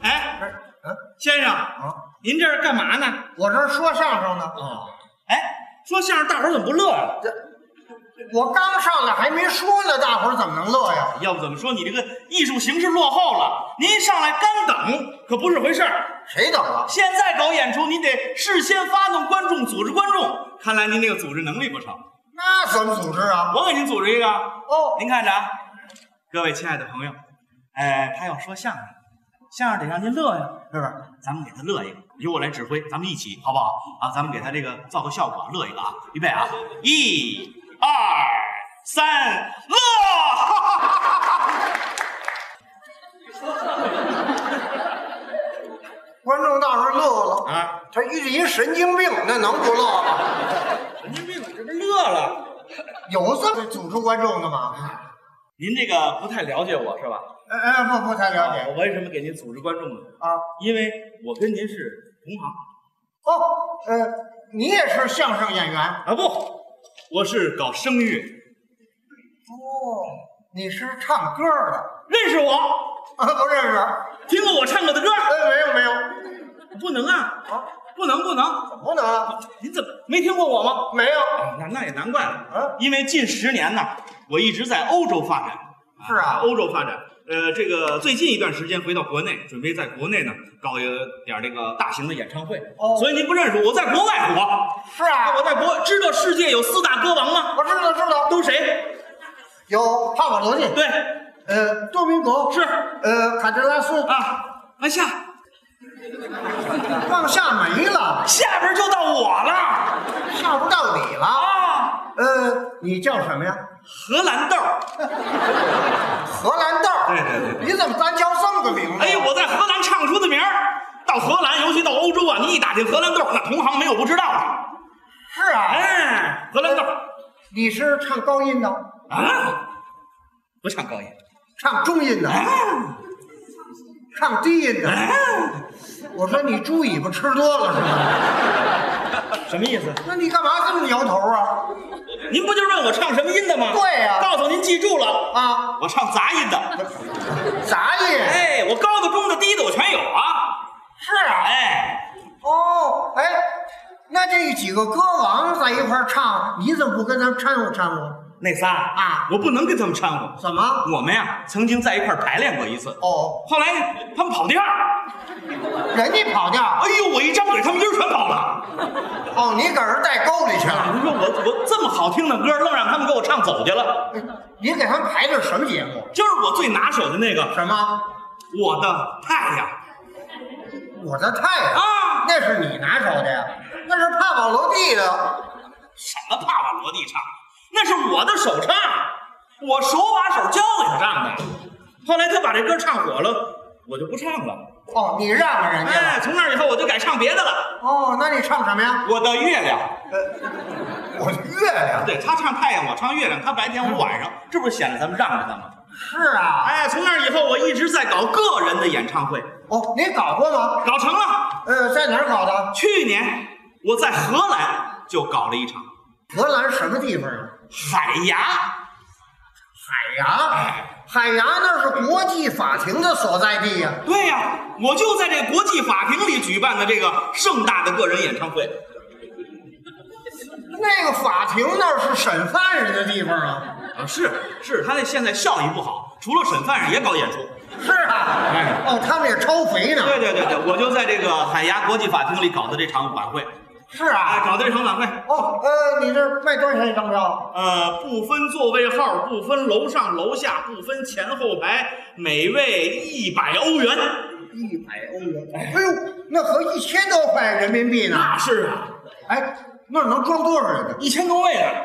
这生，嗯哎先生，啊，您这是干嘛呢？我这儿说相声呢，哦，哎，说相声大伙儿怎么不乐啊？我刚上来还没说呢，大伙儿怎么能乐呀？要不怎么说你这个艺术形式落后了？您一上来干等可不是回事儿。谁等了？现在搞演出，您得事先发动观众，组织观众。看来您那个组织能力不成，那怎么组织啊？我给您组织一个。哦，您看着啊，各位亲爱的朋友，哎，他要说相声，相声得让您乐呀，是不是？咱们给他乐一个，由我来指挥，咱们一起好不好？啊，咱们给他这个造个效果，乐一个啊！预备啊，一、二、三，乐！ 观众大伙儿乐了，啊。他遇见一神经病，那能不乐吗？神经病，这不乐了？有这么组织观众的吗？您这个不太了解我是吧？哎哎，不不太了解我为什么给您组织观众呢？啊。因为我跟您是同行哦，呃，你也是相声演员？啊，不，我是搞声乐，哦，你是唱歌的？认识我，啊，不认识？听过我唱过的歌？哎，没有没有不能啊，啊，不能不能，怎么能？您怎么没听过我吗？没有，哦那那也难怪了，啊，因为近十年呢，我一直在欧洲发展。是啊，欧洲发展。呃，这个最近一段时间回到国内，准备在国内呢搞一点儿这个大型的演唱会。哦所以您不认识我，我在国外火。是啊，我在国知道世界有四大歌王吗？我知道知道，都谁？有帕瓦罗蒂，对，呃，多明格，是呃，卡德拉苏，啊，往下往下没了，下边就到我了下不到你了。啊，呃，你叫什么呀？荷兰豆儿。荷兰豆儿。对对对你怎么单挑这么个名字？哎呦，我在荷兰唱出的名儿。到荷兰，尤其到欧洲啊，你一打听荷兰豆儿，那同行没有不知道的。是啊，哎，荷兰豆儿你是唱高音的，啊，不唱高音唱中音的，啊唱低音的。啊。我说你猪尾巴吃多了是吗？什么意思？那你干嘛这么摇头啊？您不就是问我唱什么音的吗？对呀告诉您记住了，啊，我唱杂音的。杂音。哎，我高的、中的、低的我全有啊。是啊。哎，哦，哎，那这几个歌王在一块儿唱，你怎么不跟咱们掺和掺和？那仨啊我不能跟他们掺和。怎么？我们呀，曾经在一块儿排练过一次，哦，后来他们跑调儿，人家跑调。哎呦，我一张嘴，他们音儿全跑了。哦，你搁这带沟里去了。你说我我这么好听的歌，愣让他们给我唱走去了。你给他们排的什么节目？就是我最拿手的那个《什么？我的太阳我的太》阳。啊，那是你拿手的呀，那是帕瓦罗蒂的。什么帕瓦罗蒂唱？那是我的手唱，我手把手教给他唱的。后来他把这歌唱火了，我就不唱了。哦，你让着人家了。哎，从那以后我就改唱别的了。哦，那你唱什么呀？我的月亮，我的月亮。对他唱太阳，我唱月亮，他白天我晚上，这不是显得咱们让着他吗？是啊。哎，从那以后我一直在搞个人的演唱会，哦，你搞过吗？搞成了。呃，在哪儿搞的？去年我在荷兰就搞了一场荷兰什么地方啊？海牙，海牙，海牙那是国际法庭的所在地呀、对呀、我就在这国际法庭里举办的这个盛大的个人演唱会。那个法庭那是审犯人的地方啊。 啊，是是，他那现在效益不好，除了审犯人也搞演出。是啊，哎哦，他们也超肥呢。对对对对，我就在这个海牙国际法庭里搞的这场晚会，是啊。啊，搞的这场晚会，哦，呃，你这卖多少钱一张票？呃，不分座位号，不分楼上楼下，不分前后排，每位一百欧元。一百欧元，哎呦，那合一千多块人民币呢。那是啊，哎，那能装多少人呢？一千多位呢。啊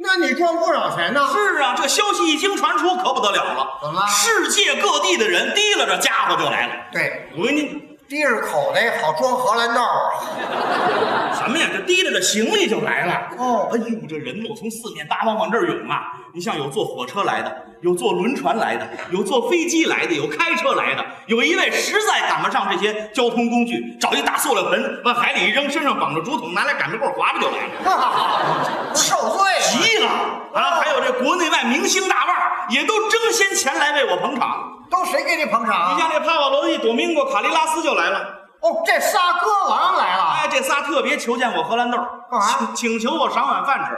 那你装不少钱呢。是啊，这消息一经传出，可不得了了。怎么了世界各地的人提了这家伙就来了。对，我跟您提着口袋好装荷兰豆啊。什么呀？这提着这行李就来了。哦，哎呦，这人我从四面八方往这儿涌啊！你像有坐火车来的，有坐轮船来的，有坐飞机来的，有开车来的。有一位实在赶不上这些交通工具，找一大塑料盆往海里一扔，身上绑着竹筒，拿来擀面棍划着就来了，哈哈，受罪了。急了啊！还有这国内外明星大腕儿也都争先前来为我捧场。都谁给你捧场你啊？像这帕瓦罗蒂、多明戈、卡利拉斯就来了，哦，这仨歌王来了，哎，这仨特别求见我荷兰豆儿，干嘛请请求我赏碗饭吃。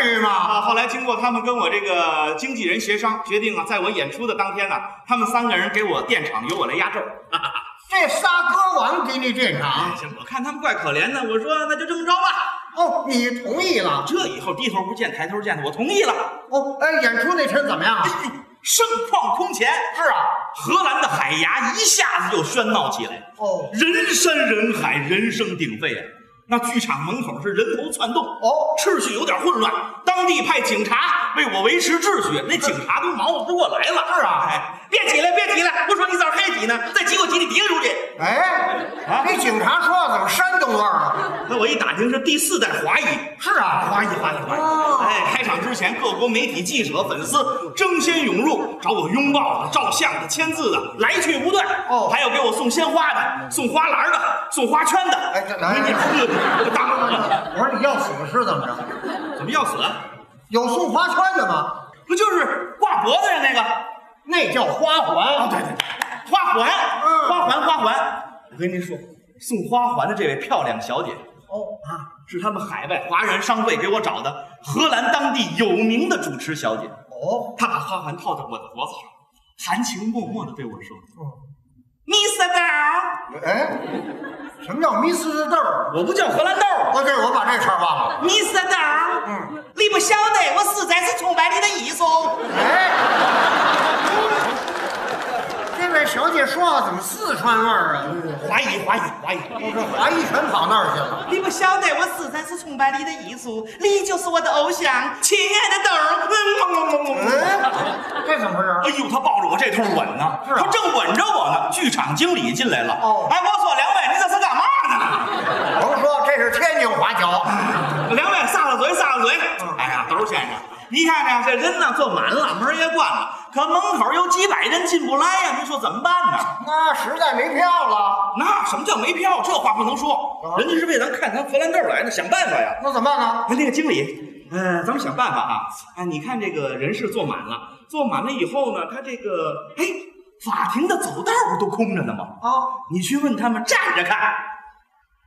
至于吗？啊，后来经过他们跟我这个经纪人协商，决定啊，在我演出的当天呢、啊他们三个人给我垫场，由我来压轴。 这仨歌王给你垫场，哎，行，我看他们怪可怜的，我说那就这么着吧。哦，你同意了？这以后低头不见抬头见的，我同意了。哦，哎，演出那天怎么样啊哎？呦，盛况空前，是啊，荷兰的海牙一下子就喧闹起来，哦人山人海，人声鼎沸啊。那剧场门口是人头攒动，哦，秩序有点混乱，当地派警察为我维持秩序，那警察都忙活不过来了。是啊哎，别挤了，别挤了，不说你早上还挤呢，再挤我挤你别出去。啊哎，这警察说怎么山东味儿了？那我一打听是第四代华裔，是啊，华裔，华裔，华裔。哦哎，开场之前，各国媒体记者、粉丝争先涌入，找我拥抱的、照相的、签字的，来去不断。哦还有给我送鲜花的、送花篮的、送花圈的。哎这来你这大伙儿我说你要死是怎么着？怎么要死？啊有送花圈的吗？不就是挂脖子上那个？那叫花环。啊对对，花环，嗯花环，花环。我跟您说，送花环的这位漂亮小姐哦，啊，是他们海外华人商会给我找的荷兰当地有名的主持小姐。哦，她把花环套在我的脖子上，含情脉脉地对我说嗯：“Miss 豆，哎，什么叫迷斯的豆儿？啊我不叫荷兰豆哦，对，我把这事儿忘了。 ，Miss 豆，嗯，啊你不晓得，我实在是崇拜你的艺术。哎，这位小姐说话怎么四川味儿啊？华裔，华裔，华裔。”我这华裔全跑那儿去了。你不晓得，我实在是崇拜你的艺术，你就是我的偶像，亲爱的豆儿。嗯嗯，这怎么回事？哎呦，他抱着我这通吻呢，是啊他正吻着我呢。剧场经理进来了，哦哎，我说两位，你这是干嘛甭说，这是天津华侨。呢？两位撒撒嘴，撒撒嘴。哎呀，窦先生，你看看这人呢，坐满了，门儿也关了，可门口有几百人进不来呀，您说怎么办呢？那实在没票了，那什么叫没票？这话不能说，啊人家是为咱看咱荷兰豆来的，想办法呀。那怎么办呢？哎，那个经理，呃，咱们想办法啊。哎，你看这个人事坐满了，坐满了以后呢，他这个，哎，法庭的走道不都空着呢吗？啊，你去问他们站着看，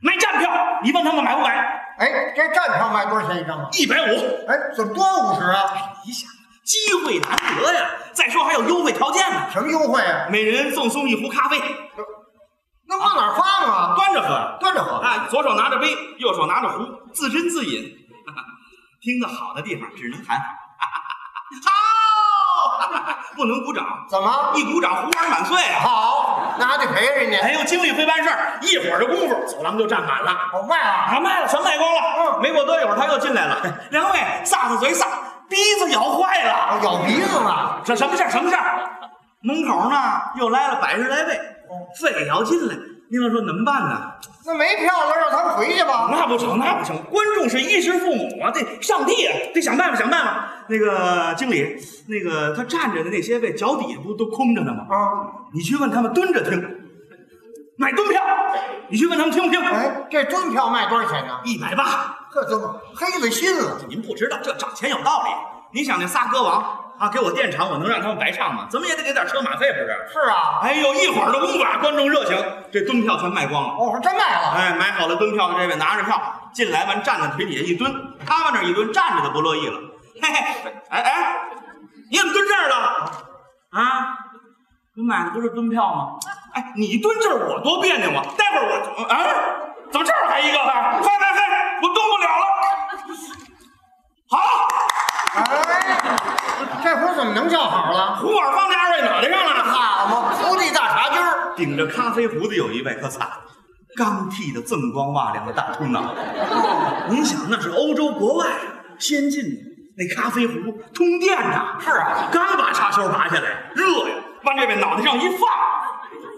买站票，你问他们买不买？哎，这站票卖多少钱一张啊？一百五，哎，怎么多五十啊？你想，机会难得呀！再说还有优惠条件呢，什么优惠啊？每人赠送一壶咖啡，那往哪儿放啊？端着喝。端着喝。啊，左手拿着杯，右手拿着壶，自斟自饮。 听得好的地方只能喊好， 好， 不能鼓掌，怎么？一鼓掌胡玩满岁啊！好，那还得赔人家。哎呦，经理会办事儿，一会儿的功夫，走廊就站满了。我卖了。啊，卖了，全卖光了。嗯没过多一会儿，他又进来 了。两位，撒撒嘴撒，鼻子咬坏我了。咬鼻子了。这什么事儿？什么事儿？门口呢又来了百十来位，哦非得要进来。您要说怎么办呢？那没票了，让他们回去吧。那不成，那不成，观众是衣食父母啊，得上帝啊，得想办法，想办法。那个经理，那个他站着的那些位，脚底下不都空着呢吗？啊，你去问他们蹲着听，买蹲票，你去问他们听不听？哎，这蹲票卖多少钱呢？一百八。这怎么黑了心了？您不知道，这涨钱有道理。你想那仨歌王啊，给我垫场，我能让他们白唱吗？怎么也得给点车马费，不是？是啊，哎呦，一会儿的功夫啊，观众热情，这蹲票全卖光了。哦我说真卖了。哎，买好了蹲票的这位拿着票进来，完站在腿底下一蹲，他往那儿一蹲，站着的不乐意了。嘿嘿，哎哎，你怎么蹲这儿了？啊，我买的不是蹲票吗？哎，你蹲这儿我多别扭啊！待会儿我啊，怎么这儿还一个？啊嘿嘿嘿，我蹲不了了。好，哎，这壶怎么能叫好了？胡碗放在二位脑袋上了。好嘛，福地大茶几儿。顶着咖啡壶的有一位可惨，刚剃的锃光瓦亮的大秃脑。您想那是欧洲国外先进，那咖啡壶通电呐。是啊，刚把插销拔下来，热呀，往这位脑袋上一放，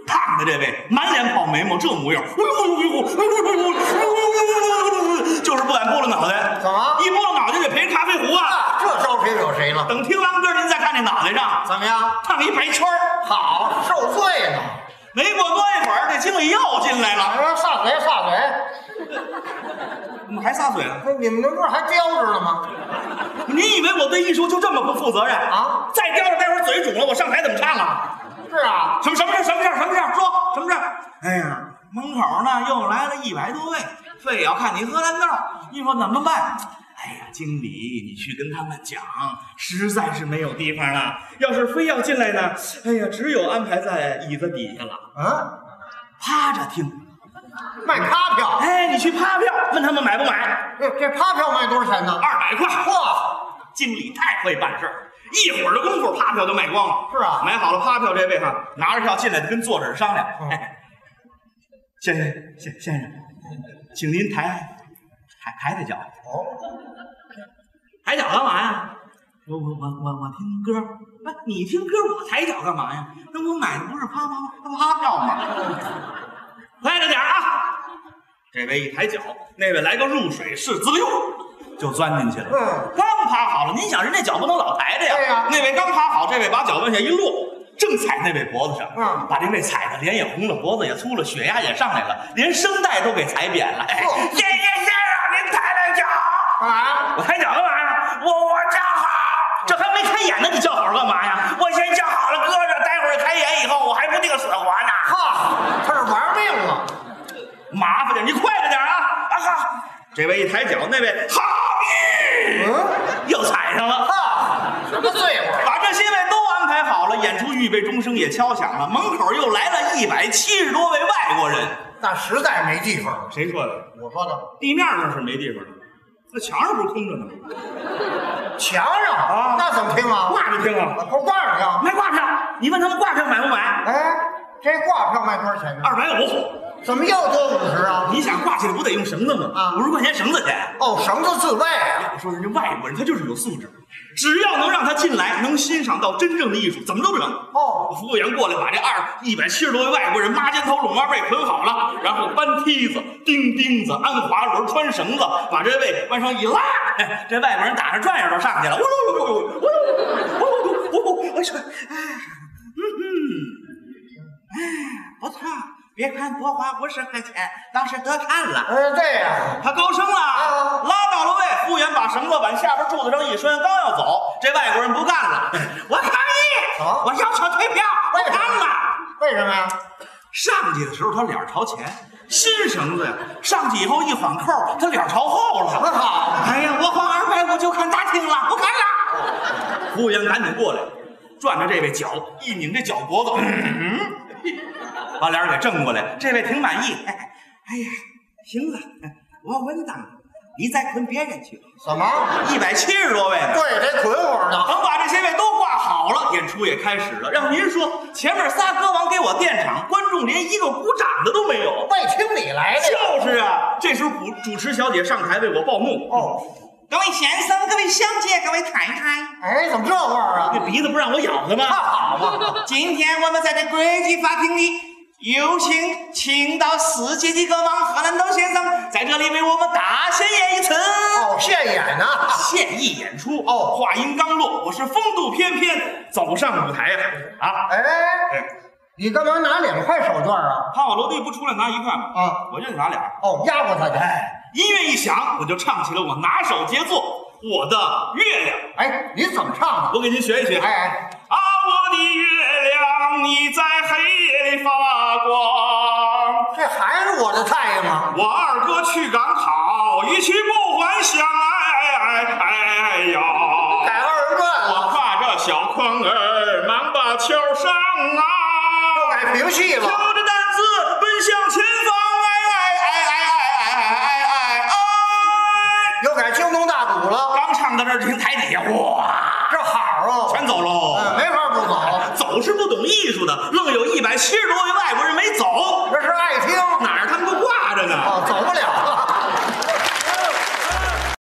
烫的这位满脸跑眉毛，这模样，就是不敢拨了脑袋。怎么一拨了脑袋就赔咖啡壶啊！啊这招谁惹谁了？等听完歌，您再看这脑袋上怎么样？烫一白圈儿。好，受罪了。没过多一会儿，这经理又进来了。我说撒嘴撒嘴，怎么还撒嘴啊？那你们那不是还叼着了吗？你以为我对艺术就这么不负责任啊？再叼着，待会儿嘴肿了，我上台怎么唱啊？是啊，什么什么事儿什么事儿什么事儿说什么事儿？哎呀，门口呢又来了一百多位，非也要看你荷兰豆儿，你说怎么办？哎呀，经理，你去跟他们讲，实在是没有地方了。要是非要进来呢，哎呀，只有安排在椅子底下了，啊，趴着听。卖趴票，哎，你去趴票，问他们买不买？这这趴票卖多少钱呢？二百块。嚯，经理太会办事儿，一会儿的功夫，趴票就卖光了。是啊买好了趴票，这位哈拿着票进来就跟作者商量。嗯哎先生，先先生，请您抬抬抬抬脚，哦，抬脚干嘛呀？我我我我我听歌，不，你听歌，我抬脚干嘛呀？那我买的不是趴趴趴趴票吗？快着点儿啊！这位一抬脚，那位来个入水式滋溜，就钻进去了。嗯刚趴好了，您想人那脚不能老抬着呀？对呀那位刚趴好，这位把脚往下一落，正踩那位脖子上，嗯把这位踩的脸也红了，脖子也粗了，血压也上来了，连声带都给踩扁了。哎，哦先生先生，您抬抬脚，啊，我抬脚干嘛呀？我我站好，这还没开演呢，你叫好干嘛呀？我先叫好了，搁着，待会儿开演以后我还不定死活呢。哈，他是玩命了，麻烦点，你快着点啊！啊哈，这位一抬脚，那位好运嗯，又踩上了。哈，什么罪过？把这些位都安排好了，演出预备钟声也敲响了，门口又来了一百七十多位外国人。那实在没地方了，谁说的？我说的，地面上是没地方了，那墙上不是空着呢吗？墙上啊那怎么听啊？挂着听啊，我挂着听，没挂票。你问他们挂票买不买？哎，这挂票卖多少钱呢？二百五。怎么又多五十啊？你想挂起来不得用绳子吗？啊五十块钱绳子钱。哦，绳子自备啊，我说人家外国人他就是有素质，只要能让他进来，能欣赏到真正的艺术，怎么都不能。哦，服务员过来把这二一百七十多位外国人抹肩头、拢腰背捆好了，然后搬梯子、钉钉子、安滑轮、穿绳子，把这位往上一拉，哎这外国人打着转悠就上去了，呜噜噜噜噜噜噜噜噜噜噜，我说，哎，嗯嗯，哎，不错，别看多花五十块钱，当时得看了。呃，对呀、他高升了，啊拉到了位，服务员把绳子往下边柱子上一拴，刚要走，这外国人不干 了，我抗议，啊我要求退票，为不什么干了。为什么呀？上去的时候他脸朝前，新绳子呀，上去以后一缓扣，他脸朝后很了。好，哎呀，我花二百五就看大厅了，不看了。服务员赶紧过来，转着这位脚，一拧这脚脖子，嗯，把脸给正过来。这位挺满意，哎哎呀，行了，我稳当了，你再捆别人去。怎么？一百七十多位呢，对，得捆我呢。等把这些位都挂好了，演出也开始了。让您说，前面仨歌王给我垫场，观众连一个鼓掌的都没有。为听你来的。就是啊，这时候主主持小姐上台为我报幕。哦，各位先生，各位小姐，各位太太，哎，怎么这味儿啊？那鼻子不让我咬它吗？那好啊嘛，今天我们在这国际法庭里，有幸请到世界级歌王何兰东先生在这里为我们大献演一次。哦，现眼呢？现役演出哦，话音刚落，我是风度翩翩走上舞台呀、啊！哎，哎，你干嘛拿两块手绢啊？怕我楼弟不出来拿一块吗？啊，我就得拿俩。哦，压过他去。哎，音乐一响，我就唱起了我拿手杰作《我的月亮》，哎，你怎么唱的？我给您学一学。哎，啊，我的月亮，你在黑夜里发光。这还是我的菜吗？我二哥去赶考，一去不还乡，哎哎哎哎呦！改二人转我了，挎着小筐儿，忙把桥上又啊，改评戏挑了。着担子奔向前方，哎哎哎哎哎哎哎哎哎！又改京东大鼓了，刚唱到这儿，听台底下哗，这好啊，全走喽。嗯，没法不走。走是不懂艺术的，愣有一百七十多位外国人没走，这啊